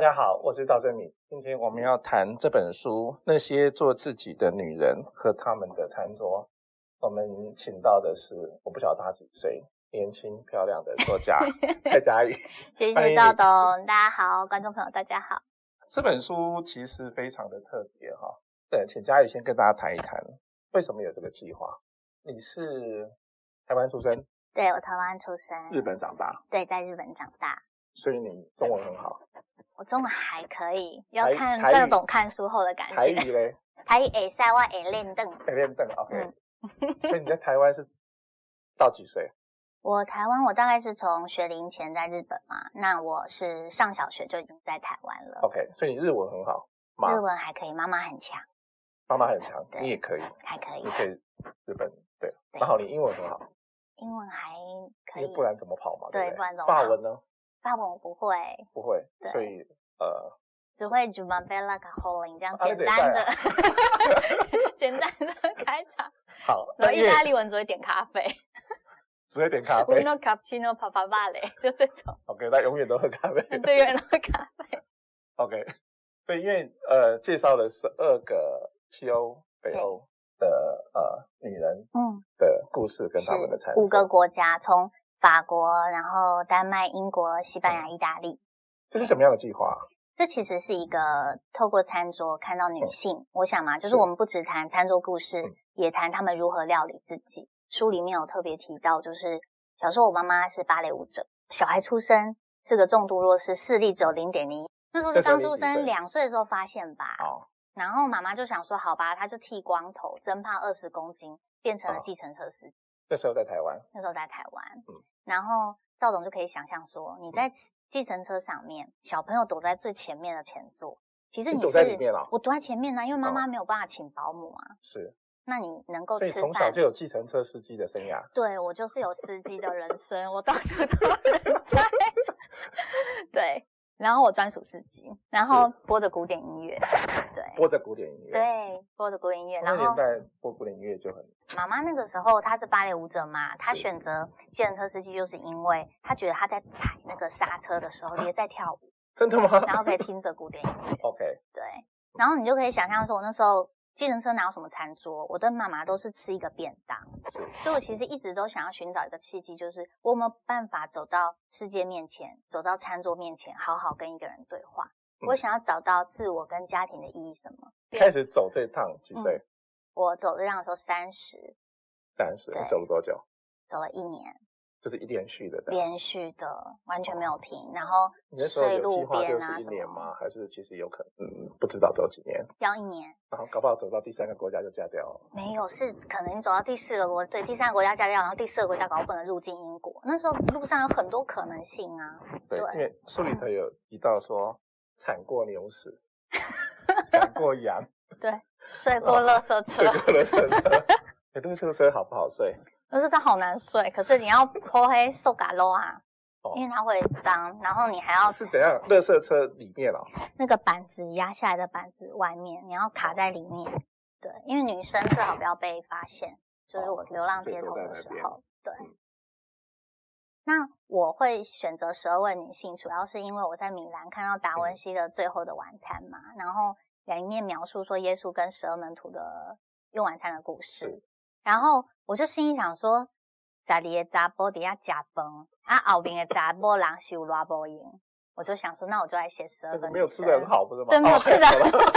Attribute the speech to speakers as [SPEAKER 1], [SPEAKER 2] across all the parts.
[SPEAKER 1] 家好，我是赵正明。今天我们要谈这本书《那些做自己的女人和她们的餐桌》。我们请到的是，我不晓得她几岁，年轻漂亮的作家蔡佳怡。
[SPEAKER 2] 谢
[SPEAKER 1] 欢迎
[SPEAKER 2] 谢
[SPEAKER 1] 你
[SPEAKER 2] 赵董，大家好，观众朋友大家好。
[SPEAKER 1] 这本书其实非常的特别哈、对，请佳宇先跟大家谈一谈，为什么有这个计划？你是台湾出生，
[SPEAKER 2] 对我台湾出生，
[SPEAKER 1] 日本长大，
[SPEAKER 2] 对，在日本长大，
[SPEAKER 1] 所以你中文很好。
[SPEAKER 2] 我中文还可以，要
[SPEAKER 1] 台
[SPEAKER 2] 看
[SPEAKER 1] 台语
[SPEAKER 2] 赵董看书后的感
[SPEAKER 1] 台语
[SPEAKER 2] 觉。
[SPEAKER 1] 嘞，
[SPEAKER 2] 台语会赛我会练凳。
[SPEAKER 1] 台练邓 OK。所以你在台湾是到几岁？
[SPEAKER 2] 我台湾，我大概是从学龄前在日本嘛，那我是上小学就已经在台湾了，
[SPEAKER 1] OK，所以你日文很好，妈
[SPEAKER 2] 日文还可以，妈妈很强，
[SPEAKER 1] 妈妈很强，
[SPEAKER 2] 对
[SPEAKER 1] 你也可以，
[SPEAKER 2] 还可以
[SPEAKER 1] 你，可以日本对，
[SPEAKER 2] 对
[SPEAKER 1] 然后你英文很好，
[SPEAKER 2] 英文还可
[SPEAKER 1] 因
[SPEAKER 2] 以
[SPEAKER 1] 为，不然怎么跑嘛？
[SPEAKER 2] 对
[SPEAKER 1] 不
[SPEAKER 2] 不然怎么
[SPEAKER 1] 法
[SPEAKER 2] 跑
[SPEAKER 1] 文呢？
[SPEAKER 2] 法文我不会，
[SPEAKER 1] 不会，
[SPEAKER 2] 对
[SPEAKER 1] 所以呃，
[SPEAKER 2] 只会 j u m a b e l a k h o l i n g 这样
[SPEAKER 1] 啊那
[SPEAKER 2] 简
[SPEAKER 1] 得
[SPEAKER 2] 单
[SPEAKER 1] 带
[SPEAKER 2] 的
[SPEAKER 1] 啊、
[SPEAKER 2] 简单的开场。
[SPEAKER 1] 好，那
[SPEAKER 2] 然后意
[SPEAKER 1] 因为
[SPEAKER 2] 大利文只会点咖啡
[SPEAKER 1] 只会点咖啡
[SPEAKER 2] ，uno cappuccino papa vale，就 这种，
[SPEAKER 1] ，OK，那永远都喝咖啡
[SPEAKER 2] 对，有人喝咖啡。
[SPEAKER 1] ，OK。所以因为呃，介绍了十二个西欧、北欧的呃女人
[SPEAKER 2] 嗯，
[SPEAKER 1] 的故事跟她们的
[SPEAKER 2] 是
[SPEAKER 1] 产
[SPEAKER 2] 五个，国家，从法国，然后丹麦、英国、西班牙、意大利。
[SPEAKER 1] 这是什么样的计划啊？
[SPEAKER 2] 这其实是一个透过餐桌看到女性，我想嘛，就是
[SPEAKER 1] 是
[SPEAKER 2] 我们不只谈餐桌故事
[SPEAKER 1] 嗯，
[SPEAKER 2] 也谈她们如何料理自己。书里面有特别提到，就是小时候我妈妈是芭蕾舞者，小孩出生是个重度弱视，视力只有零点零，那时候
[SPEAKER 1] 那
[SPEAKER 2] 是
[SPEAKER 1] 时候
[SPEAKER 2] 刚
[SPEAKER 1] 你
[SPEAKER 2] 出
[SPEAKER 1] 几岁
[SPEAKER 2] 生两岁的时候发现吧。
[SPEAKER 1] 哦，
[SPEAKER 2] 然后妈妈就想说，好吧，她就剃光头，增胖二十公斤，变成了
[SPEAKER 1] 哦
[SPEAKER 2] 计程车司机。
[SPEAKER 1] 那时候在台湾，
[SPEAKER 2] 那时候在台湾，
[SPEAKER 1] 嗯
[SPEAKER 2] 然后赵总就可以想象说，你在计程车上面，小朋友躲在最前面的前座，其实
[SPEAKER 1] 你
[SPEAKER 2] 你
[SPEAKER 1] 躲
[SPEAKER 2] 是
[SPEAKER 1] 在里面啊
[SPEAKER 2] 我躲在前面呢、因为妈妈没有办法请保姆啊，
[SPEAKER 1] 是，
[SPEAKER 2] 那你能够
[SPEAKER 1] 所以
[SPEAKER 2] 吃
[SPEAKER 1] 从小
[SPEAKER 2] 饭
[SPEAKER 1] 就。有计程车司机的生涯。
[SPEAKER 2] 对我就是有司机的人生，我到处都能在。 对，然后我专属司机，然后播着古典音乐，对
[SPEAKER 1] 播着古典音乐，
[SPEAKER 2] 对，播着古典音乐，
[SPEAKER 1] 那
[SPEAKER 2] 然后
[SPEAKER 1] 年代播古典音乐就很
[SPEAKER 2] 妈妈那个时候她是芭蕾舞者嘛，她
[SPEAKER 1] 是
[SPEAKER 2] 选择计程车司机，就是因为她觉得她在踩那个刹车 的时候也在跳舞，
[SPEAKER 1] 真的吗
[SPEAKER 2] 然后可以听着古典音乐。
[SPEAKER 1] ？OK，
[SPEAKER 2] 对，然后你就可以想象说，我那时候计程车哪有什么餐桌，我跟妈妈都是吃一个便当，
[SPEAKER 1] 是
[SPEAKER 2] 所以我其实一直都想要寻找一个契机，就是我有没有办法走到世界面前，走到餐桌面前，好好跟一个人对话。
[SPEAKER 1] 嗯
[SPEAKER 2] 我想要找到自我跟家庭的意义是什么。
[SPEAKER 1] 开始走这趟几
[SPEAKER 2] 嗯
[SPEAKER 1] 岁？
[SPEAKER 2] 我走这样的时候三十，
[SPEAKER 1] 三十，
[SPEAKER 2] 对
[SPEAKER 1] 你走了多久？
[SPEAKER 2] 走了一年。
[SPEAKER 1] 就是一连续的这样。
[SPEAKER 2] 连续的，完全没有停。然后
[SPEAKER 1] 你那时候
[SPEAKER 2] 睡
[SPEAKER 1] 有计
[SPEAKER 2] 路
[SPEAKER 1] 划
[SPEAKER 2] 边
[SPEAKER 1] 就
[SPEAKER 2] 啊
[SPEAKER 1] 是一
[SPEAKER 2] 什
[SPEAKER 1] 年
[SPEAKER 2] 么，
[SPEAKER 1] 吗？还是其实有可能，嗯，不知道走几年，
[SPEAKER 2] 要一年
[SPEAKER 1] 然后搞不好走到第三个国家就嫁掉了。
[SPEAKER 2] 没有，是可能你走到第四个国，对，第三个国家加掉，然后第四个国家搞不能入境英国。那时候路上有很多可能性啊，
[SPEAKER 1] 对，
[SPEAKER 2] 对
[SPEAKER 1] 因为书里头有提到说，产过牛 屎，赶过羊，嗯
[SPEAKER 2] 睡过垃圾
[SPEAKER 1] 睡
[SPEAKER 2] 车，
[SPEAKER 1] 过了车车。你对车车好不好睡？
[SPEAKER 2] 可是这好难睡。可是你要泼黑受嘎漏啊
[SPEAKER 1] 哦，
[SPEAKER 2] 因为它会脏，然后你还要
[SPEAKER 1] 是怎样？垃圾车里面哦，
[SPEAKER 2] 那个板子压下来的板子外面，你要卡在里面。对，因为女生最好不要被发现，就是我流浪街头的时
[SPEAKER 1] 哦所以都在那
[SPEAKER 2] 候
[SPEAKER 1] 边。
[SPEAKER 2] 对
[SPEAKER 1] 嗯，
[SPEAKER 2] 那我会选择十二位女性，主要是因为我在米兰看到
[SPEAKER 1] 嗯
[SPEAKER 2] 达文西的《最后的晚餐》嘛，然后里面描述说耶稣跟十二门徒的用晚餐的故事
[SPEAKER 1] 是，
[SPEAKER 2] 然后我就心里想说，在里的查波底下假崩啊，后面的查波人是有拉波赢，我就想说，那我就来写十二
[SPEAKER 1] 但
[SPEAKER 2] 个
[SPEAKER 1] 是
[SPEAKER 2] 女
[SPEAKER 1] 哎没有吃的很
[SPEAKER 2] 生
[SPEAKER 1] 好，不是吗？
[SPEAKER 2] 对，没有
[SPEAKER 1] 哦
[SPEAKER 2] 吃的
[SPEAKER 1] 太好了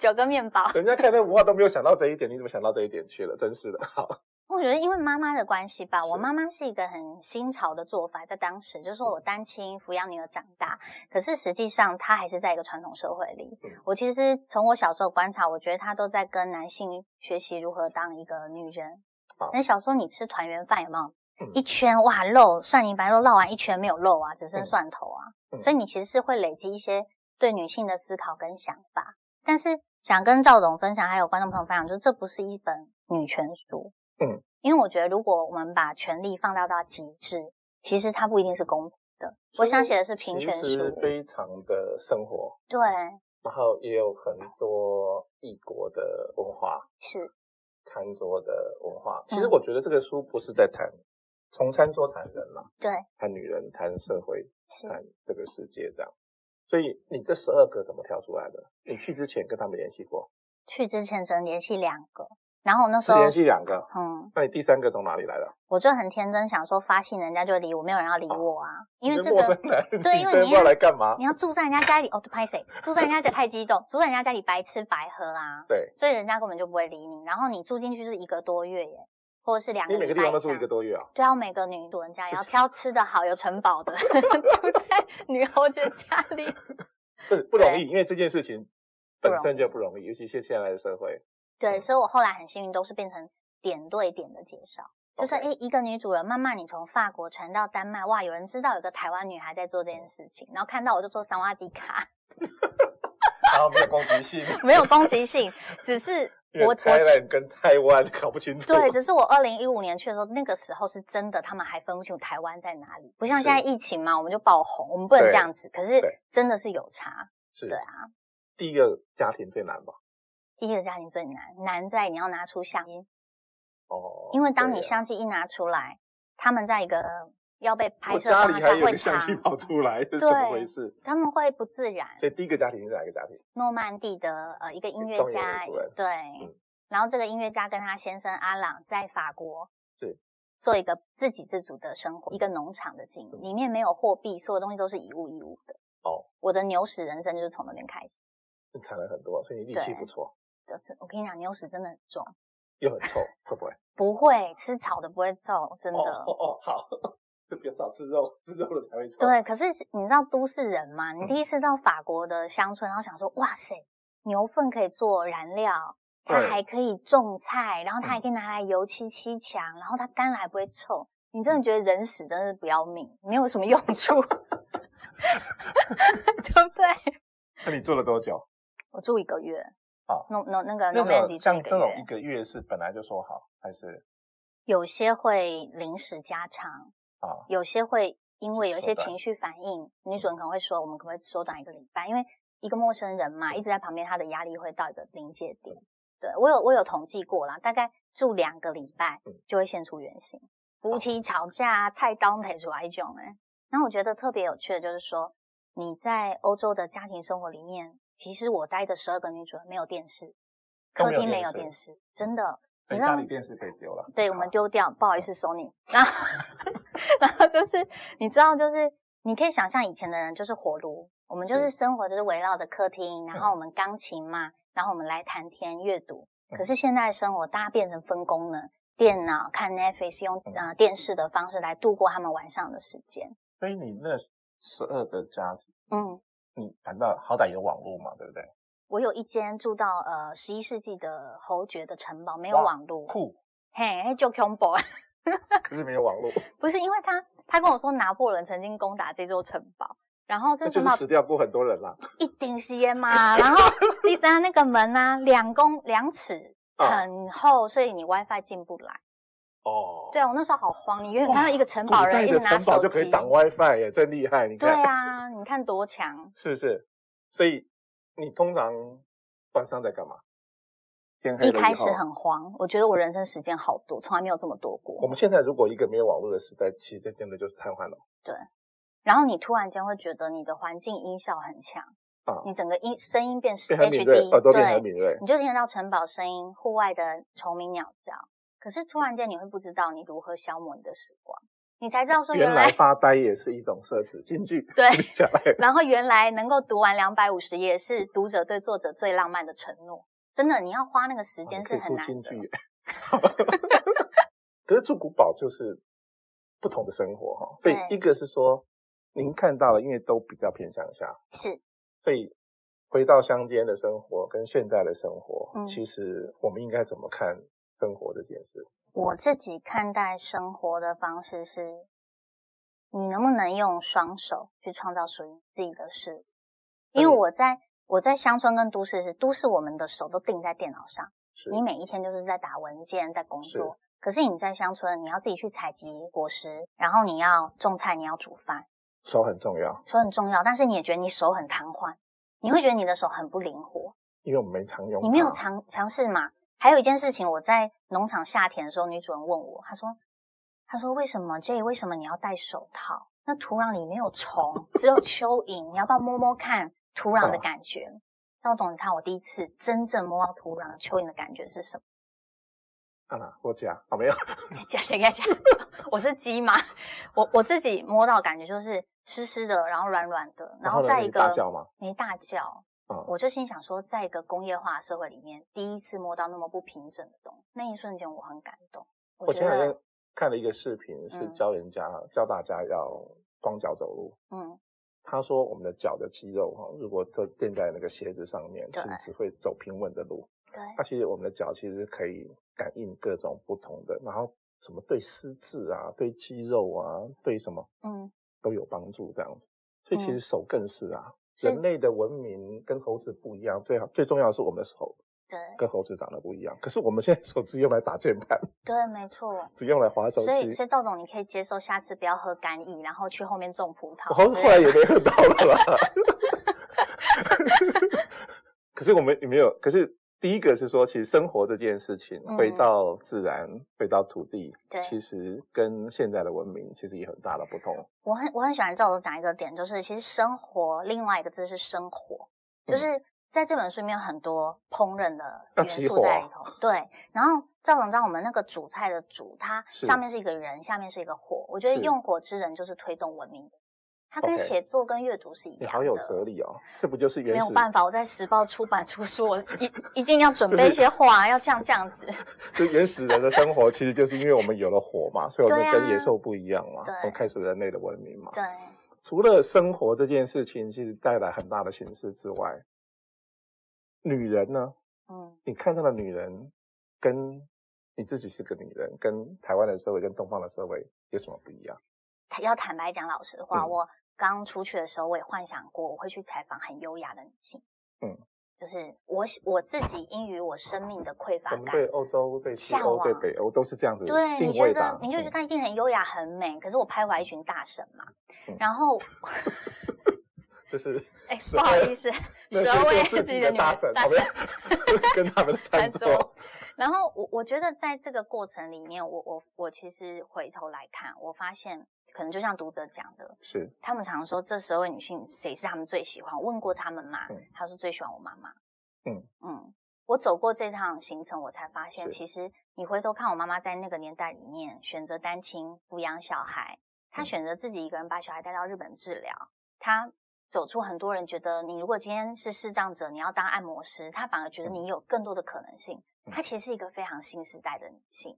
[SPEAKER 2] 九个面包。
[SPEAKER 1] 人家看那文化都没有想到这一点，你怎么想到这一点去了？真是的，好，
[SPEAKER 2] 我觉得因为妈妈的关系吧，
[SPEAKER 1] 是嗯
[SPEAKER 2] 我妈妈是一个很新潮的做法，在当时就是说我单亲抚养女儿长大，可是实际上她还是在一个传统社会里
[SPEAKER 1] 嗯。
[SPEAKER 2] 我其实从我小时候观察，我觉得她都在跟男性学习如何当一个女人
[SPEAKER 1] 好。
[SPEAKER 2] 那小时候你吃团圆饭有没有
[SPEAKER 1] 啊嗯？
[SPEAKER 2] 一圈哇肉蒜泥白肉绕完一圈没有肉啊，只剩
[SPEAKER 1] 嗯
[SPEAKER 2] 蒜头啊，
[SPEAKER 1] 嗯
[SPEAKER 2] 所以你其实是会累积一些对女性的思考跟想法。但是想跟赵总分享，还有观众朋友分享，就是这不是一本女权书。
[SPEAKER 1] 嗯，
[SPEAKER 2] 因为我觉得如果我们把权力放大到极致，其实它不一定是公平的。
[SPEAKER 1] 所
[SPEAKER 2] 我
[SPEAKER 1] 以
[SPEAKER 2] 想写的是平
[SPEAKER 1] 其
[SPEAKER 2] 权
[SPEAKER 1] 实
[SPEAKER 2] 书，
[SPEAKER 1] 非常的生活，
[SPEAKER 2] 对，
[SPEAKER 1] 然后也有很多异国的文化、
[SPEAKER 2] 是
[SPEAKER 1] 餐桌的文化。其实
[SPEAKER 2] 嗯
[SPEAKER 1] 我觉得这个书不是在谈从餐桌谈人啦、
[SPEAKER 2] 对，
[SPEAKER 1] 谈女人、谈社会、
[SPEAKER 2] 是
[SPEAKER 1] 谈这个世界这样。所以你这十二个怎么挑出来的？你去之前跟他们联系过，
[SPEAKER 2] 去之前只能联系两个，然后我那时
[SPEAKER 1] 只
[SPEAKER 2] 候
[SPEAKER 1] 联系两个，
[SPEAKER 2] 嗯，
[SPEAKER 1] 那你第三个从哪里来的？
[SPEAKER 2] 我就很天真想说发信人家就理我，没有人要理我啊，因为
[SPEAKER 1] 哦你是
[SPEAKER 2] 这个
[SPEAKER 1] 陌生人，
[SPEAKER 2] 对
[SPEAKER 1] 你
[SPEAKER 2] 因为
[SPEAKER 1] 这
[SPEAKER 2] 你
[SPEAKER 1] 不知道来干嘛？
[SPEAKER 2] 你要住在人家家里哦，对拍谁？住在人家家太激动，住在人家家里白吃白喝啦、
[SPEAKER 1] 对，
[SPEAKER 2] 所以人家根本就不会理你。然后你住进去就是一个多月耶，或者是两个
[SPEAKER 1] 你每
[SPEAKER 2] 礼
[SPEAKER 1] 个
[SPEAKER 2] 拜。
[SPEAKER 1] 地方都住一个。多月啊？
[SPEAKER 2] 对啊，我每个女主人家也要挑吃的好、有城堡的， 住在女侯爵家里。
[SPEAKER 1] 不不容易，因为这件事情本身就
[SPEAKER 2] 不
[SPEAKER 1] 不容易，尤其是现在的社会。
[SPEAKER 2] 对，所以我后来很幸运，都是变成点对点的介绍。就是诶
[SPEAKER 1] OK，
[SPEAKER 2] 一个女主人慢慢你从法国传到丹麦，哇，有人知道有个台湾女孩在做这件事情，然后看到我就说桑瓦迪卡，
[SPEAKER 1] 然后没有攻击性，
[SPEAKER 2] 没有攻击性，只是
[SPEAKER 1] 因
[SPEAKER 2] 我
[SPEAKER 1] 为
[SPEAKER 2] 我
[SPEAKER 1] 台湾跟台湾搞不清楚。
[SPEAKER 2] 对，只是我二零一五年去的时候，那个时候是真的，他们还分不清楚台湾在哪里，不像
[SPEAKER 1] 是
[SPEAKER 2] 现在疫情嘛，我们就爆红，我们不能这
[SPEAKER 1] 对
[SPEAKER 2] 样子。可是
[SPEAKER 1] 对
[SPEAKER 2] 真的是有差，
[SPEAKER 1] 是
[SPEAKER 2] 对啊。
[SPEAKER 1] 第一个家庭最难吧？
[SPEAKER 2] 第一个家庭最难，难在你要拿出相机，
[SPEAKER 1] 哦，
[SPEAKER 2] 因为当
[SPEAKER 1] 对
[SPEAKER 2] 你
[SPEAKER 1] 啊
[SPEAKER 2] 相机一拿出来，他们在一个要被拍
[SPEAKER 1] 我
[SPEAKER 2] 摄
[SPEAKER 1] 家里
[SPEAKER 2] 的方
[SPEAKER 1] 还
[SPEAKER 2] 向
[SPEAKER 1] 有
[SPEAKER 2] 会
[SPEAKER 1] 个相机
[SPEAKER 2] 长，
[SPEAKER 1] 跑出来，这是怎么回事？
[SPEAKER 2] 他们会不自然。
[SPEAKER 1] 所以第一个家庭是哪个家庭？
[SPEAKER 2] 诺曼底的呃一个音乐
[SPEAKER 1] 庄园
[SPEAKER 2] 家
[SPEAKER 1] 的主人，
[SPEAKER 2] 对，
[SPEAKER 1] 嗯
[SPEAKER 2] 然后这个音乐家跟他先生阿朗在法国
[SPEAKER 1] 是
[SPEAKER 2] 做一个自给自足的生活，一个
[SPEAKER 1] 嗯
[SPEAKER 2] 农场的经营，里面没有货币，所有东西都是以物易物的。
[SPEAKER 1] 哦，
[SPEAKER 2] 我的牛屎人生就是从那边开始
[SPEAKER 1] 你产了很多，所以你力气不错，
[SPEAKER 2] 的。这我跟你讲，牛屎真的很重，
[SPEAKER 1] 又很臭，会不会？
[SPEAKER 2] 不会吃草的不会臭，真的。
[SPEAKER 1] 哦哦哦，好，就比较少吃肉，吃肉了才会臭。
[SPEAKER 2] 对，可是你知道都市人嘛？
[SPEAKER 1] 嗯
[SPEAKER 2] 你第一次到法国的乡村，然后想说，哇塞，牛粪可以做燃料，它
[SPEAKER 1] 对嗯
[SPEAKER 2] 还可以种菜，然后它还可以拿来油漆漆墙，然后它干了还不会臭。你
[SPEAKER 1] 嗯
[SPEAKER 2] 真的觉得人屎真的是不要命，没有什么用处， 对 不对？
[SPEAKER 1] 那你做了多久？
[SPEAKER 2] 我住一个月，
[SPEAKER 1] 好
[SPEAKER 2] 弄弄那个
[SPEAKER 1] 哦那
[SPEAKER 2] 弄面
[SPEAKER 1] 个
[SPEAKER 2] 积
[SPEAKER 1] 像这种一
[SPEAKER 2] 月，
[SPEAKER 1] 个月是本来就说好，还是
[SPEAKER 2] 有些会临时加长，
[SPEAKER 1] 啊？
[SPEAKER 2] 有些会因为有一些
[SPEAKER 1] 缩短嗯
[SPEAKER 2] 情绪反应，女主人可能会说，我们可不可以缩短一个礼拜？因为一个陌生人嘛，一直在旁边，他的压力会到一个临界点。
[SPEAKER 1] 嗯
[SPEAKER 2] 对我有我有统计过啦，大概住两个礼拜
[SPEAKER 1] 嗯哦
[SPEAKER 2] 就会现出原形，夫妻吵架、菜刀腿出来一种哎、然后我觉得特别有趣的就是说，你在欧洲的家庭生活里面，其实我待的十二个女主人没有电视，
[SPEAKER 1] 都
[SPEAKER 2] 客
[SPEAKER 1] 没有
[SPEAKER 2] 厅没
[SPEAKER 1] 电
[SPEAKER 2] 有
[SPEAKER 1] 视
[SPEAKER 2] 电视，真的。
[SPEAKER 1] 所以家里电视可以丢了。
[SPEAKER 2] 对，我们丢掉，不好意思，Sony。然后， 然后就是你知道，就是你可以想象以前的人就是火炉，我们就是
[SPEAKER 1] 嗯
[SPEAKER 2] 生活就是围绕着客厅，然后我们钢琴嘛，然后我们来谈天阅读。可是现在的生活，大家变成分工了，电脑看 Netflix，用
[SPEAKER 1] 嗯
[SPEAKER 2] 呃电视的方式来度过他们晚上的时间。
[SPEAKER 1] 所以你那十二个家庭，
[SPEAKER 2] 嗯，
[SPEAKER 1] 你反倒好歹有网络嘛，对不对？
[SPEAKER 2] 我有一间住到呃十一世纪的侯爵的城堡，没有
[SPEAKER 1] 哇
[SPEAKER 2] 网络，
[SPEAKER 1] 酷，
[SPEAKER 2] 嘿，嘿就啊 combo
[SPEAKER 1] 可是没有网 络，
[SPEAKER 2] 不是因为他，他跟我说拿破仑曾经攻打这座城堡，然后这
[SPEAKER 1] 那就
[SPEAKER 2] 座城
[SPEAKER 1] 是
[SPEAKER 2] 堡
[SPEAKER 1] 死掉过很多人啦。
[SPEAKER 2] 一顶吸 烟嘛，然后第三那个门啊，两公两尺
[SPEAKER 1] 啊，
[SPEAKER 2] 很厚，所以你 WiFi 进不来。
[SPEAKER 1] 哦，
[SPEAKER 2] 对啊，我那时候好慌，你远远看到一个城堡
[SPEAKER 1] 古代
[SPEAKER 2] 人一
[SPEAKER 1] 的
[SPEAKER 2] 直拿
[SPEAKER 1] 城堡
[SPEAKER 2] 手
[SPEAKER 1] 就可
[SPEAKER 2] 机
[SPEAKER 1] 以，挡 WiFi 耶，真厉害！你
[SPEAKER 2] 对
[SPEAKER 1] 看，
[SPEAKER 2] 啊，你看多强。
[SPEAKER 1] 是不是？所以你通常晚上在干嘛？天黑
[SPEAKER 2] 一
[SPEAKER 1] 了
[SPEAKER 2] 开
[SPEAKER 1] 以
[SPEAKER 2] 始
[SPEAKER 1] 后
[SPEAKER 2] 很慌，我觉得我人生时间好多，从来没有这么多
[SPEAKER 1] 我
[SPEAKER 2] 过。
[SPEAKER 1] 们现在如果一个没有网络的时代，其实真的就是瘫痪了
[SPEAKER 2] 然后你突然间会觉得你的环境音效很强，
[SPEAKER 1] 啊，
[SPEAKER 2] 你整个音声音变
[SPEAKER 1] 变很敏锐
[SPEAKER 2] HD，，
[SPEAKER 1] 耳朵变
[SPEAKER 2] 对
[SPEAKER 1] 很敏锐。
[SPEAKER 2] 你就听得到城堡声音、户外的虫鸣鸟叫。可是突然间，你会不知道你如何消磨你的时光，你才知道说
[SPEAKER 1] 原
[SPEAKER 2] 原
[SPEAKER 1] 来
[SPEAKER 2] 来
[SPEAKER 1] 发呆也是一种奢侈，京剧
[SPEAKER 2] 对
[SPEAKER 1] 听下来
[SPEAKER 2] 然后原来能够读完两百五十页是读者对作者最浪漫的承诺。真的，你要花那个时
[SPEAKER 1] 啊
[SPEAKER 2] 间
[SPEAKER 1] 你
[SPEAKER 2] 是
[SPEAKER 1] 可以
[SPEAKER 2] 很
[SPEAKER 1] 出
[SPEAKER 2] 难
[SPEAKER 1] 京
[SPEAKER 2] 的。
[SPEAKER 1] 剧。 可是住古堡就是不同的生活哈，所以
[SPEAKER 2] 对
[SPEAKER 1] 一个是说您看到了，因为都比较偏向下，
[SPEAKER 2] 是
[SPEAKER 1] 所以回到乡间的生活跟现代的生活，
[SPEAKER 2] 嗯
[SPEAKER 1] 其实我们应该怎么看生活这件事？
[SPEAKER 2] 我自己看待生活的方式是，你能不能用双手去创造属于自己的事？因为
[SPEAKER 1] 对
[SPEAKER 2] 我在我在乡村跟都市是，都市我们的手都定在电脑上。
[SPEAKER 1] 是
[SPEAKER 2] 你每一天就是在打文件，在工作。可是你在乡村，你要自己去采集果实，然后你要种菜，你要煮饭，
[SPEAKER 1] 手很重要，
[SPEAKER 2] 手很重要。但是你也觉得你手很瘫痪，你会觉得你的手很不灵活，
[SPEAKER 1] 因为我们没常用它，
[SPEAKER 2] 你没有尝尝试嘛。还有一件事情，我在农场下田的时候，女主人问我，她说：“她说为什么 J 为什么你要戴手套？”那土壤里没有虫，只有蚯蚓，你要不要摸摸看土壤的感觉？赵董，你猜我第一次真正摸到土壤蚯蚓的感觉是什么？
[SPEAKER 1] 啊，我讲啊，没有，
[SPEAKER 2] 讲讲讲，我是鸡吗？我我自己摸到感觉就是湿湿的，然后软软的，然后
[SPEAKER 1] 呢
[SPEAKER 2] 在一
[SPEAKER 1] 你
[SPEAKER 2] 个
[SPEAKER 1] 大叫吗？
[SPEAKER 2] 没大叫，
[SPEAKER 1] 嗯
[SPEAKER 2] 我就心想说，在一个工业化社会里面，第一次摸到那么不平整的东西，那一瞬间我很感动。
[SPEAKER 1] 我
[SPEAKER 2] 我觉
[SPEAKER 1] 前两
[SPEAKER 2] 得
[SPEAKER 1] 天，看了一个视频，是
[SPEAKER 2] 嗯
[SPEAKER 1] 教人家、教大家要光脚走路。
[SPEAKER 2] 嗯，
[SPEAKER 1] 他说我们的脚的肌肉哈，如果都垫在那个鞋子上面，其
[SPEAKER 2] 对
[SPEAKER 1] 实只会走平稳的路。
[SPEAKER 2] 对，
[SPEAKER 1] 它其实我们的脚其实可以感应各种不同的，然后什么对湿质啊、对肌肉啊、对什么
[SPEAKER 2] 嗯，
[SPEAKER 1] 都有帮助这样子。所以其
[SPEAKER 2] 嗯
[SPEAKER 1] 实手更是啊，
[SPEAKER 2] 是
[SPEAKER 1] 人类的文明跟猴子不一样，最好最重要的是我们的手
[SPEAKER 2] 对
[SPEAKER 1] 跟猴子长得不一样。可是我们现在手只用来打键盘，
[SPEAKER 2] 对，没错。
[SPEAKER 1] 只用来滑手
[SPEAKER 2] 所以，
[SPEAKER 1] 机。
[SPEAKER 2] 所以赵总，你可以接受下次不要喝干饮，然后去后面种葡萄
[SPEAKER 1] 我。后
[SPEAKER 2] 之
[SPEAKER 1] 哦
[SPEAKER 2] 类
[SPEAKER 1] 后来
[SPEAKER 2] 的
[SPEAKER 1] 也没喝到了啦。 可是我们也没有，可是第一个是说，其实生活这件事情，
[SPEAKER 2] 嗯
[SPEAKER 1] 回到自然，回到土地
[SPEAKER 2] 对，
[SPEAKER 1] 其实跟现在的文明其实也很大的不同。
[SPEAKER 2] 我很我很喜欢赵总讲一个点，就是其实生活另外一个字是生活，
[SPEAKER 1] 嗯
[SPEAKER 2] 就是在这本书里面有很多烹饪的
[SPEAKER 1] 要
[SPEAKER 2] 元
[SPEAKER 1] 起
[SPEAKER 2] 素
[SPEAKER 1] 火哦
[SPEAKER 2] 在里头。对，然后赵总知道我们那个主菜的主，它
[SPEAKER 1] 是
[SPEAKER 2] 上面是一个人，下面是一个火。我觉得
[SPEAKER 1] 是
[SPEAKER 2] 用火之人就是推动文明的，它跟
[SPEAKER 1] OK
[SPEAKER 2] 写作跟阅读是一样
[SPEAKER 1] 你
[SPEAKER 2] 的。
[SPEAKER 1] 好有哲理哦，这不就是
[SPEAKER 2] 没
[SPEAKER 1] 原
[SPEAKER 2] 有
[SPEAKER 1] 始，
[SPEAKER 2] 办法，我在时报出版出书，我一一定要准备
[SPEAKER 1] 就
[SPEAKER 2] 一
[SPEAKER 1] 是
[SPEAKER 2] 些话，要这样这样子。
[SPEAKER 1] 就原始人的生活，其实就是因为我们有了火嘛，所以我
[SPEAKER 2] 对
[SPEAKER 1] 们
[SPEAKER 2] 啊
[SPEAKER 1] 跟野兽不一样嘛，
[SPEAKER 2] 对
[SPEAKER 1] 我们开始人类的文明嘛。
[SPEAKER 2] 对，
[SPEAKER 1] 除了生活这件事情，其实带来很大的形式之外，女人呢，
[SPEAKER 2] 嗯，
[SPEAKER 1] 你看到的女人跟你自己是个女人，跟台湾的社会跟东方的社会有什么不一样？
[SPEAKER 2] 要坦白讲老实话，
[SPEAKER 1] 嗯
[SPEAKER 2] 我刚出去的时候，我也幻想过我会去采访很优雅的女性。
[SPEAKER 1] 嗯，
[SPEAKER 2] 就是我喜我自己因于我生命的匮乏
[SPEAKER 1] 我
[SPEAKER 2] 感
[SPEAKER 1] 们，对欧洲、对西
[SPEAKER 2] 向
[SPEAKER 1] 欧、
[SPEAKER 2] 往
[SPEAKER 1] 对北欧都是这样子
[SPEAKER 2] 对，
[SPEAKER 1] 定
[SPEAKER 2] 你觉
[SPEAKER 1] 位的啊
[SPEAKER 2] 得，你就觉得
[SPEAKER 1] 嗯
[SPEAKER 2] 她一定很优雅很美，可是我拍回来一群大神嘛。
[SPEAKER 1] 嗯
[SPEAKER 2] 然后，
[SPEAKER 1] 就是
[SPEAKER 2] 哎、
[SPEAKER 1] 十
[SPEAKER 2] 不
[SPEAKER 1] 二
[SPEAKER 2] 好意思，
[SPEAKER 1] 那
[SPEAKER 2] 十
[SPEAKER 1] 些
[SPEAKER 2] 二位
[SPEAKER 1] 做自己
[SPEAKER 2] 的
[SPEAKER 1] 的
[SPEAKER 2] 女
[SPEAKER 1] 大神，
[SPEAKER 2] 大
[SPEAKER 1] 好不
[SPEAKER 2] 神
[SPEAKER 1] 好 跟他 们的餐
[SPEAKER 2] 餐
[SPEAKER 1] 桌
[SPEAKER 2] 桌，然后我我觉得在这个过程里面，我我我其实回头来看，我发现可能就像读者讲的，
[SPEAKER 1] 是
[SPEAKER 2] 他们常说这十二位女性谁是他们最喜欢？我问过他们嘛，
[SPEAKER 1] 嗯
[SPEAKER 2] 他说最喜欢我妈妈。
[SPEAKER 1] 嗯
[SPEAKER 2] 嗯，我走过这趟行程，我才发现，
[SPEAKER 1] 是
[SPEAKER 2] 其实你回头看我妈妈在那个年代里面选择单亲抚养小孩，她
[SPEAKER 1] 嗯
[SPEAKER 2] 选择自己一个人把小孩带到日本治疗，她走出很多人觉得你如果今天是视障者，你要当按摩师，她反而觉得你有更多的可能性。
[SPEAKER 1] 嗯
[SPEAKER 2] 她其实是一个非常新时代的女性。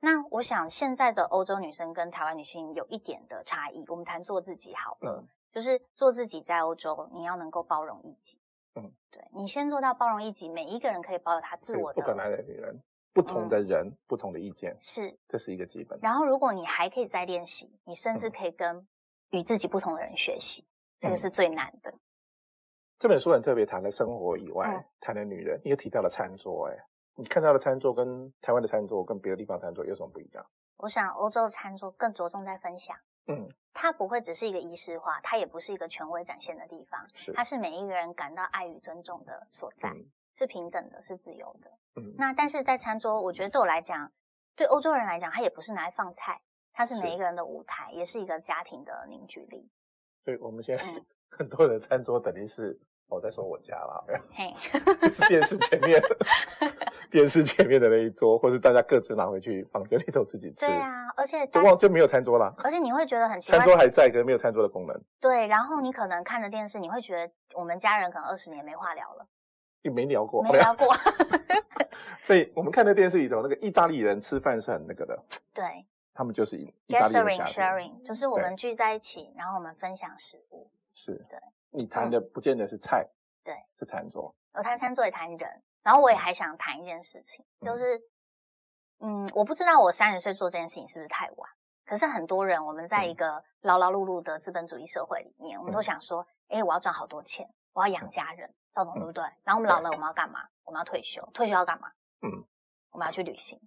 [SPEAKER 2] 那我想，现在的欧洲女生跟台湾女性有一点的差异。我们谈做自己好了，
[SPEAKER 1] 嗯
[SPEAKER 2] 就是做自己在欧洲，你要能够包容异己。
[SPEAKER 1] 嗯，
[SPEAKER 2] 对你先做到包容异己，每一个人可以保有他自
[SPEAKER 1] 所以
[SPEAKER 2] 我
[SPEAKER 1] 不可
[SPEAKER 2] 的嗯
[SPEAKER 1] 能的女人，不同的人，不同的意见，
[SPEAKER 2] 是。
[SPEAKER 1] 这是一个基本。
[SPEAKER 2] 然后，如果你还可以再练习，你甚至
[SPEAKER 1] 嗯
[SPEAKER 2] 可以跟与自己不同的人学习，这个是最难的。
[SPEAKER 1] 这本书很特别，谈了生活以外
[SPEAKER 2] 嗯，
[SPEAKER 1] 谈了女人，你也提到了餐桌，哎，你看到的餐桌跟台湾的餐桌跟别的地方餐桌有什么不一样？
[SPEAKER 2] 我想，欧洲餐桌更着重在分享，
[SPEAKER 1] 嗯，
[SPEAKER 2] 它不会只是一个仪式化，它也不是一个权威展现的地方，
[SPEAKER 1] 是
[SPEAKER 2] 它，是每一个人感到爱与尊重的所在，
[SPEAKER 1] 嗯
[SPEAKER 2] 是平等的，是自由的。
[SPEAKER 1] 嗯，
[SPEAKER 2] 那但是在餐桌，我觉得对我来讲，对欧洲人来讲，它也不是拿来放菜，它是
[SPEAKER 1] 是
[SPEAKER 2] 每一个人的舞台，也是一个家庭的凝聚力。
[SPEAKER 1] 所以我们现在
[SPEAKER 2] 嗯
[SPEAKER 1] 很多人餐桌等于是我在说我家啦，
[SPEAKER 2] 嘿，
[SPEAKER 1] 就是电视前面电视前面的那一桌，或是大家各自拿回去房间里头自己吃，
[SPEAKER 2] 对啊，而且
[SPEAKER 1] 就
[SPEAKER 2] 大
[SPEAKER 1] 忘就没有餐桌啦。
[SPEAKER 2] 而且你会觉得很奇怪
[SPEAKER 1] 餐，桌还在，可是没有餐桌的功能，
[SPEAKER 2] 对，然后你可能看着电视，你会觉得我们家人可能二十年没话聊了，
[SPEAKER 1] 也没聊过。
[SPEAKER 2] 没聊过，
[SPEAKER 1] 所以我们看那电视里头，那个意大利人吃饭是很那个的，
[SPEAKER 2] 对
[SPEAKER 1] 他们就是意意大利人
[SPEAKER 2] ，gathering
[SPEAKER 1] 家庭。
[SPEAKER 2] sharing 就是我们聚在一起，然后我们分享食物。
[SPEAKER 1] 是
[SPEAKER 2] 对，嗯
[SPEAKER 1] 你谈的不见得是菜，
[SPEAKER 2] 对，
[SPEAKER 1] 是餐桌。
[SPEAKER 2] 我谈餐桌也谈人，然后我也还想谈一件事情，就是，嗯，我不知道我三十岁做这件事情是不是太晚，可是很多人我们
[SPEAKER 1] 嗯
[SPEAKER 2] 在一个劳劳碌碌的资本主义社会里面，我们都想说，哎、我要赚好多钱，我要
[SPEAKER 1] 嗯
[SPEAKER 2] 养家人，赵总对不对？然后我们老了，我们要干嘛？我们要退休，退休要干嘛？
[SPEAKER 1] 嗯，
[SPEAKER 2] 我们要去旅行，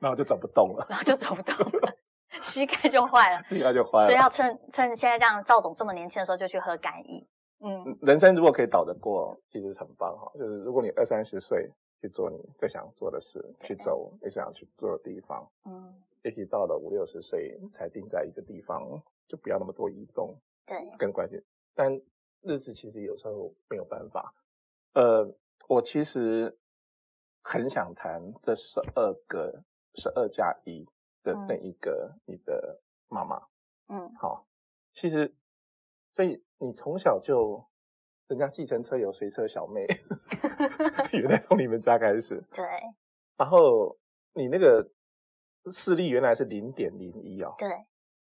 [SPEAKER 1] 然后就走不动 了，
[SPEAKER 2] 然后就走不动了， 膝盖就坏了，
[SPEAKER 1] 那就 坏
[SPEAKER 2] 所以
[SPEAKER 1] 了。
[SPEAKER 2] 要趁趁现在这样，赵董这么年轻的时候就去喝干邑，嗯，
[SPEAKER 1] 人生如果可以倒得过，其实是很棒哈。就是如果你二三十岁去做你最想做的事，去走你想去做的地方，
[SPEAKER 2] 嗯，
[SPEAKER 1] 也许到了五六十岁才定在一个地方，就不要那么多移动
[SPEAKER 2] 对，
[SPEAKER 1] 跟关系。但日子其实有时候没有办法。呃，我其实很想谈这十二个十二加一的
[SPEAKER 2] 嗯
[SPEAKER 1] 那一个你的妈妈。
[SPEAKER 2] 嗯，
[SPEAKER 1] 好，其实所以你从小就人家计程车有随车小 妹，原来从你们家开始，
[SPEAKER 2] 对
[SPEAKER 1] 然后你那个视力原来是零点零一哦，
[SPEAKER 2] 对，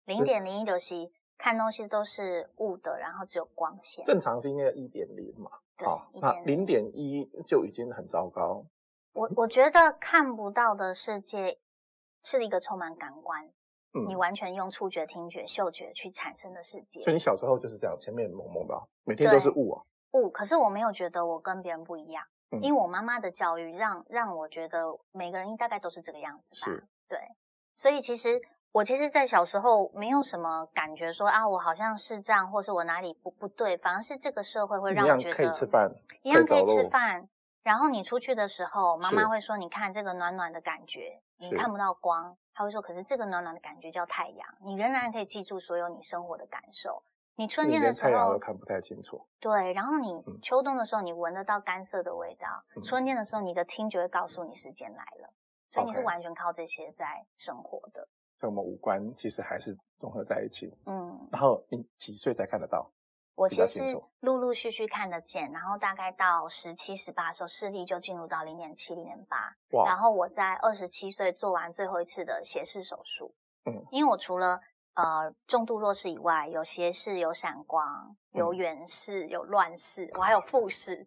[SPEAKER 2] 零点零一九是看东西都是雾的，然后只有光线，
[SPEAKER 1] 正常是应该一点零嘛，
[SPEAKER 2] 对
[SPEAKER 1] 好，，
[SPEAKER 2] 一
[SPEAKER 1] 那
[SPEAKER 2] 点
[SPEAKER 1] 零点嗯一就已经很糟糕，
[SPEAKER 2] 我我觉得看不到的世界是一个充满感官，
[SPEAKER 1] 嗯
[SPEAKER 2] 你，完全用触觉、听觉、嗅觉去产生的世界
[SPEAKER 1] 所以。你小时候就是这样，前面蒙蒙的哦，每天都是雾啊，
[SPEAKER 2] 不，可是我没有觉得我跟别人不一样，
[SPEAKER 1] 嗯
[SPEAKER 2] 因为我妈妈的教育让让我觉得每个人大概都是这个样子吧。
[SPEAKER 1] 是，
[SPEAKER 2] 对，所以其实我其实，在小时候没有什么感觉说啊，我好像是这样，或是我哪里不不对，反而是这个社会会
[SPEAKER 1] 一
[SPEAKER 2] 让我
[SPEAKER 1] 样
[SPEAKER 2] 觉得
[SPEAKER 1] 可以吃饭，
[SPEAKER 2] 一样
[SPEAKER 1] 可
[SPEAKER 2] 可
[SPEAKER 1] 以
[SPEAKER 2] 以
[SPEAKER 1] 走
[SPEAKER 2] 吃
[SPEAKER 1] 路
[SPEAKER 2] 饭。然后你出去的时候，妈
[SPEAKER 1] 是
[SPEAKER 2] 妈会说：“你看这个暖暖的感觉，你
[SPEAKER 1] 是
[SPEAKER 2] 看不到光。”她会说：“可是这个暖暖的感觉叫太阳，你仍然可以记住所有你生活的感受。你春
[SPEAKER 1] 你
[SPEAKER 2] 天的
[SPEAKER 1] 连
[SPEAKER 2] 时
[SPEAKER 1] 太阳
[SPEAKER 2] 候
[SPEAKER 1] 都，看不太清楚，
[SPEAKER 2] 对，然后你
[SPEAKER 1] 嗯
[SPEAKER 2] 秋冬的时候，你闻得到干涩的味道；
[SPEAKER 1] 嗯
[SPEAKER 2] 春天的时候，你的听觉会告诉你时间来了。所以你是
[SPEAKER 1] OK
[SPEAKER 2] 完全靠这些在生活的。
[SPEAKER 1] 所以我们五官其实还是综合在一起。
[SPEAKER 2] 嗯，
[SPEAKER 1] 然后你几岁才看得到？
[SPEAKER 2] 我
[SPEAKER 1] 比
[SPEAKER 2] 其
[SPEAKER 1] 较
[SPEAKER 2] 实
[SPEAKER 1] 清
[SPEAKER 2] 是
[SPEAKER 1] 楚
[SPEAKER 2] 陆陆续续看得见，然后大概到十七、十八的时候，视力就进入到零点七、零点八。然
[SPEAKER 1] 哇，
[SPEAKER 2] 后我在二十七岁做完最后一次的斜视手术。
[SPEAKER 1] 嗯，
[SPEAKER 2] 因为我除了呃重度弱视以外，有斜视、有闪光、有
[SPEAKER 1] 嗯
[SPEAKER 2] 远视、有乱视，我还有复视。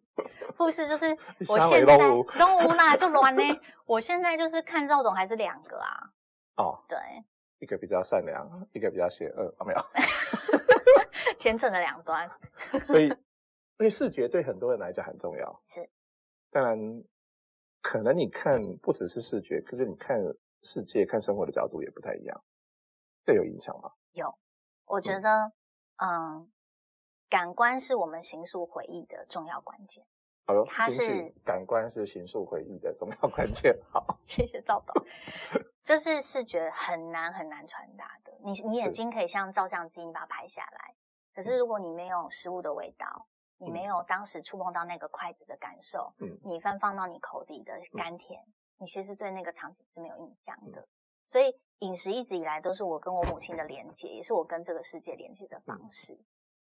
[SPEAKER 2] 复视就是 我
[SPEAKER 1] 吓我
[SPEAKER 2] 现
[SPEAKER 1] 一
[SPEAKER 2] 在
[SPEAKER 1] 跳舞
[SPEAKER 2] 都无啦，就乱呢。我现在就是看赵董还是两个啊，
[SPEAKER 1] 哦，
[SPEAKER 2] 对，
[SPEAKER 1] 一个比较善良，一个比较邪恶，啊、没有。
[SPEAKER 2] 天秤的两端。
[SPEAKER 1] 所以，因为视觉对很多人来讲很重要。
[SPEAKER 2] 是，
[SPEAKER 1] 当然，可能你看不只是视觉，可是你看世界、看生活的角度也不太一样，这有影响吗？
[SPEAKER 2] 我觉得，嗯，感官是我们形塑回忆的重要关键。
[SPEAKER 1] 好了，
[SPEAKER 2] 它
[SPEAKER 1] 京剧
[SPEAKER 2] 是
[SPEAKER 1] 感官是形塑回忆的重要关键。好，
[SPEAKER 2] 谢谢赵导。这是视觉很难很难传达的，你你眼
[SPEAKER 1] 是嗯
[SPEAKER 2] 睛可以像照相机，你把它拍下来。可是如果你没有食物的味道，你没有当时触碰到那个筷子的感受，
[SPEAKER 1] 嗯
[SPEAKER 2] 你饭放到你口底的甘甜，你其实对那个场景是没有印象
[SPEAKER 1] 嗯
[SPEAKER 2] 的。所以饮食一直以来都是我跟我母亲的连接，也是我跟这个世界连接的方式。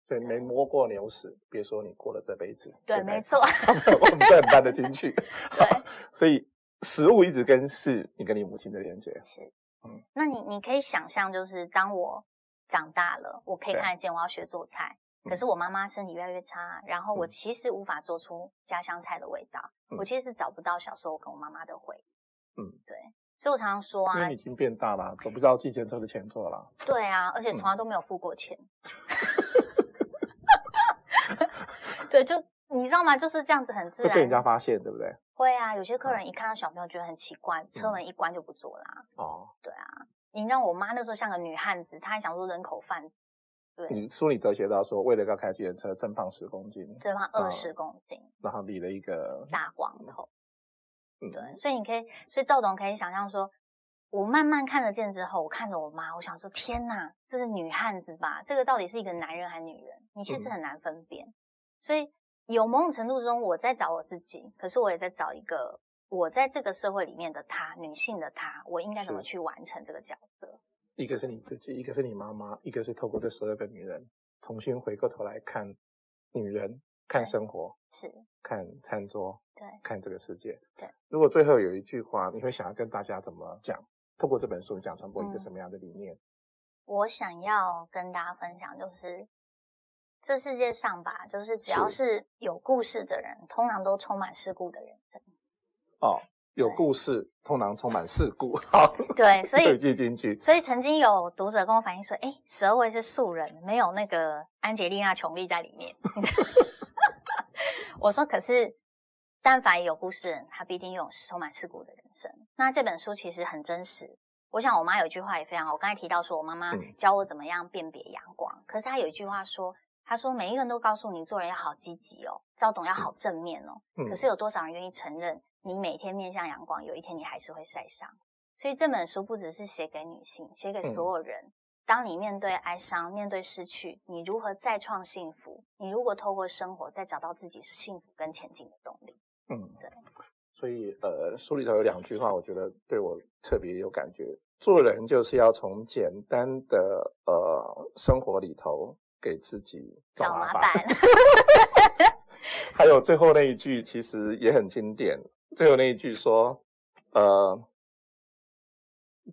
[SPEAKER 1] 所以没摸过牛屎，别说你过了这辈子。
[SPEAKER 2] 对，
[SPEAKER 1] 不
[SPEAKER 2] 没错，
[SPEAKER 1] 我们这很搬得进去。
[SPEAKER 2] 对。
[SPEAKER 1] 所以食物一直跟是你跟你母亲的连接。
[SPEAKER 2] 是，
[SPEAKER 1] 嗯
[SPEAKER 2] 那你你可以想象，就是当我长大了，我可以
[SPEAKER 1] 对啊
[SPEAKER 2] 看得见，我要学做菜。
[SPEAKER 1] 嗯
[SPEAKER 2] 可是我妈妈身体越来越差，然后我
[SPEAKER 1] 嗯
[SPEAKER 2] 其实无法做出家乡菜的味道，
[SPEAKER 1] 嗯
[SPEAKER 2] 我其实是找不到小时候我跟我妈妈的回忆。
[SPEAKER 1] 嗯，
[SPEAKER 2] 对，所以我常常说
[SPEAKER 1] 因为
[SPEAKER 2] 啊
[SPEAKER 1] 你已，经变大了，都不知道计程车的钱做了。
[SPEAKER 2] 对啊，而且
[SPEAKER 1] 嗯
[SPEAKER 2] 从来都没有付过 钱。对，就你知道吗？就是这样子很自
[SPEAKER 1] 会
[SPEAKER 2] 然。
[SPEAKER 1] 被人家发嗯现，对不对？
[SPEAKER 2] 会啊，有些客人一看到小朋友觉得很奇怪，
[SPEAKER 1] 嗯
[SPEAKER 2] 车门一关就不做啦、
[SPEAKER 1] 哦，
[SPEAKER 2] 你知道我妈那时候像个女汉子，她还想说人口贩子，对，
[SPEAKER 1] 你书里头写到说，为了要开计程车，增胖十公斤，
[SPEAKER 2] 这方
[SPEAKER 1] 嗯
[SPEAKER 2] 二十公斤、
[SPEAKER 1] 然后理了一个，
[SPEAKER 2] 大光头，
[SPEAKER 1] 嗯，
[SPEAKER 2] 对，所以你可以，所以赵董可以想象说，我慢慢看得见之后，我看着我妈，我想说，天哪，这是女汉子吧？这个到底是一个男人还是女人？你其
[SPEAKER 1] 嗯
[SPEAKER 2] 实很难分辨，所以有某种程度中，我在找我自己，可是我也在找一个我在这个社会里面的她，女性的她，我应该怎么
[SPEAKER 1] 是
[SPEAKER 2] 去完成这个角色？
[SPEAKER 1] 一个是你自己，一个是你妈妈，一个是透过这十二个女人，重新回过头来看女人、看
[SPEAKER 2] 对
[SPEAKER 1] 生活、
[SPEAKER 2] 是
[SPEAKER 1] 看餐桌、
[SPEAKER 2] 对，
[SPEAKER 1] 看这个世界。
[SPEAKER 2] 对，
[SPEAKER 1] 如果最后有一句话，你会想要跟大家怎么讲？透过这本书，你想传播一个
[SPEAKER 2] 嗯
[SPEAKER 1] 什么样的理念？
[SPEAKER 2] 我想要跟大家分享，就是这世界上吧，就是只要是有故事的人，通常都充满事故的人生。
[SPEAKER 1] 哦，有
[SPEAKER 2] 对
[SPEAKER 1] 故事，通常充满事故。 好，
[SPEAKER 2] 对，所
[SPEAKER 1] 这
[SPEAKER 2] 以
[SPEAKER 1] 一句金句，
[SPEAKER 2] 所以曾经有读者跟我反映说，哎，蛇尾是素人，没有那个安吉丽娜·琼丽在里面。 我说，可是但凡有故事的人，他必定有充满事故的人生。那这本书其实很真实。我想我妈有一句话也非常好，我刚才提到说我妈妈
[SPEAKER 1] 嗯
[SPEAKER 2] 教我怎么样辨别阳光，可是她有一句话说，她说每一个人都告诉你做人要好积极哦，赵董要好正面哦，
[SPEAKER 1] 嗯
[SPEAKER 2] 可是有多少人愿意承认，你每天面向阳光，有一天你还是会晒伤？所以这本书不只是写给女性，写给所有人。当你面对哀伤、面对失去，你如何再创幸福？你如果透过生活再找到自己幸福跟前进的动力？
[SPEAKER 1] 嗯，
[SPEAKER 2] 对。
[SPEAKER 1] 所以呃，书里头有两句话，我觉得对我特别有感觉。做人就是要从简单的呃生活里头给自己
[SPEAKER 2] 找
[SPEAKER 1] 麻
[SPEAKER 2] 麻烦，
[SPEAKER 1] 还有最后那一句其实也很经典，最后那一句说，呃，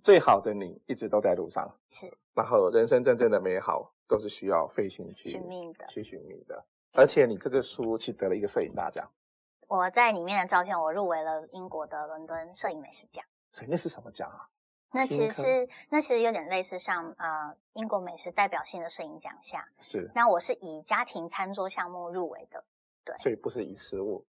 [SPEAKER 1] 最好的你一直都在路上，
[SPEAKER 2] 是
[SPEAKER 1] 然后人生真正的美好都是需要费心去
[SPEAKER 2] 寻觅的。
[SPEAKER 1] 去寻觅的。而且你这个书其实得了一个摄影大奖，
[SPEAKER 2] 我在里面的照片，我入围了英国的伦敦摄影美食奖。
[SPEAKER 1] 所以那是什么奖啊？
[SPEAKER 2] 那其实
[SPEAKER 1] 金
[SPEAKER 2] 是，那其实有点类似像呃英国美食代表性的摄影奖项。
[SPEAKER 1] 是，
[SPEAKER 2] 那我是以家庭餐桌项目入围的，
[SPEAKER 1] 所以不是以食物，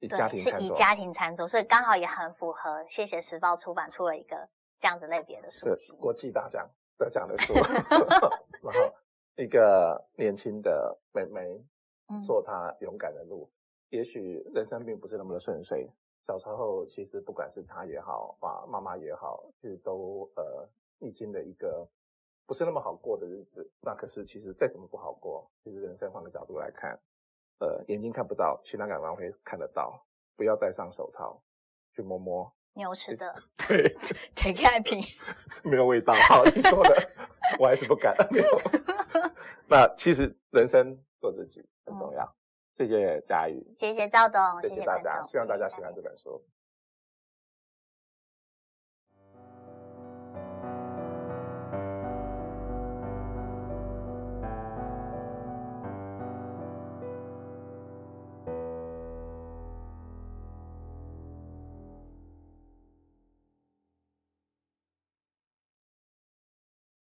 [SPEAKER 1] 以
[SPEAKER 2] 对
[SPEAKER 1] 家，庭
[SPEAKER 2] 是
[SPEAKER 1] 餐
[SPEAKER 2] 以
[SPEAKER 1] 桌。
[SPEAKER 2] 家庭餐桌，所以刚好也很符合。谢谢时报出版出了一个这样子类别的书
[SPEAKER 1] 是
[SPEAKER 2] 籍。
[SPEAKER 1] 国际大奖得奖 的书，然后一个年轻的妹妹
[SPEAKER 2] 嗯
[SPEAKER 1] 做她勇敢的路，也许人生并不是那么的顺遂。小时候其实不管是她也好，啊妈妈也好，其实都呃历经了一个不是那么好过的日子。那可是其实再怎么不好过，其实人生换个角度来看，呃眼睛看不到，其他感官会看得到。不要戴上手套，去摸摸，
[SPEAKER 2] 牛吃的
[SPEAKER 1] 对，
[SPEAKER 2] 铁盖瓶，
[SPEAKER 1] 没有味道。好，你说的，我还是不敢。 没有那其实人生做自己很重要。谢谢佳宇，
[SPEAKER 2] 谢谢赵董，
[SPEAKER 1] 谢
[SPEAKER 2] 嗯谢
[SPEAKER 1] 大
[SPEAKER 2] 观
[SPEAKER 1] 家，
[SPEAKER 2] 众，
[SPEAKER 1] 希望大家喜欢这本书。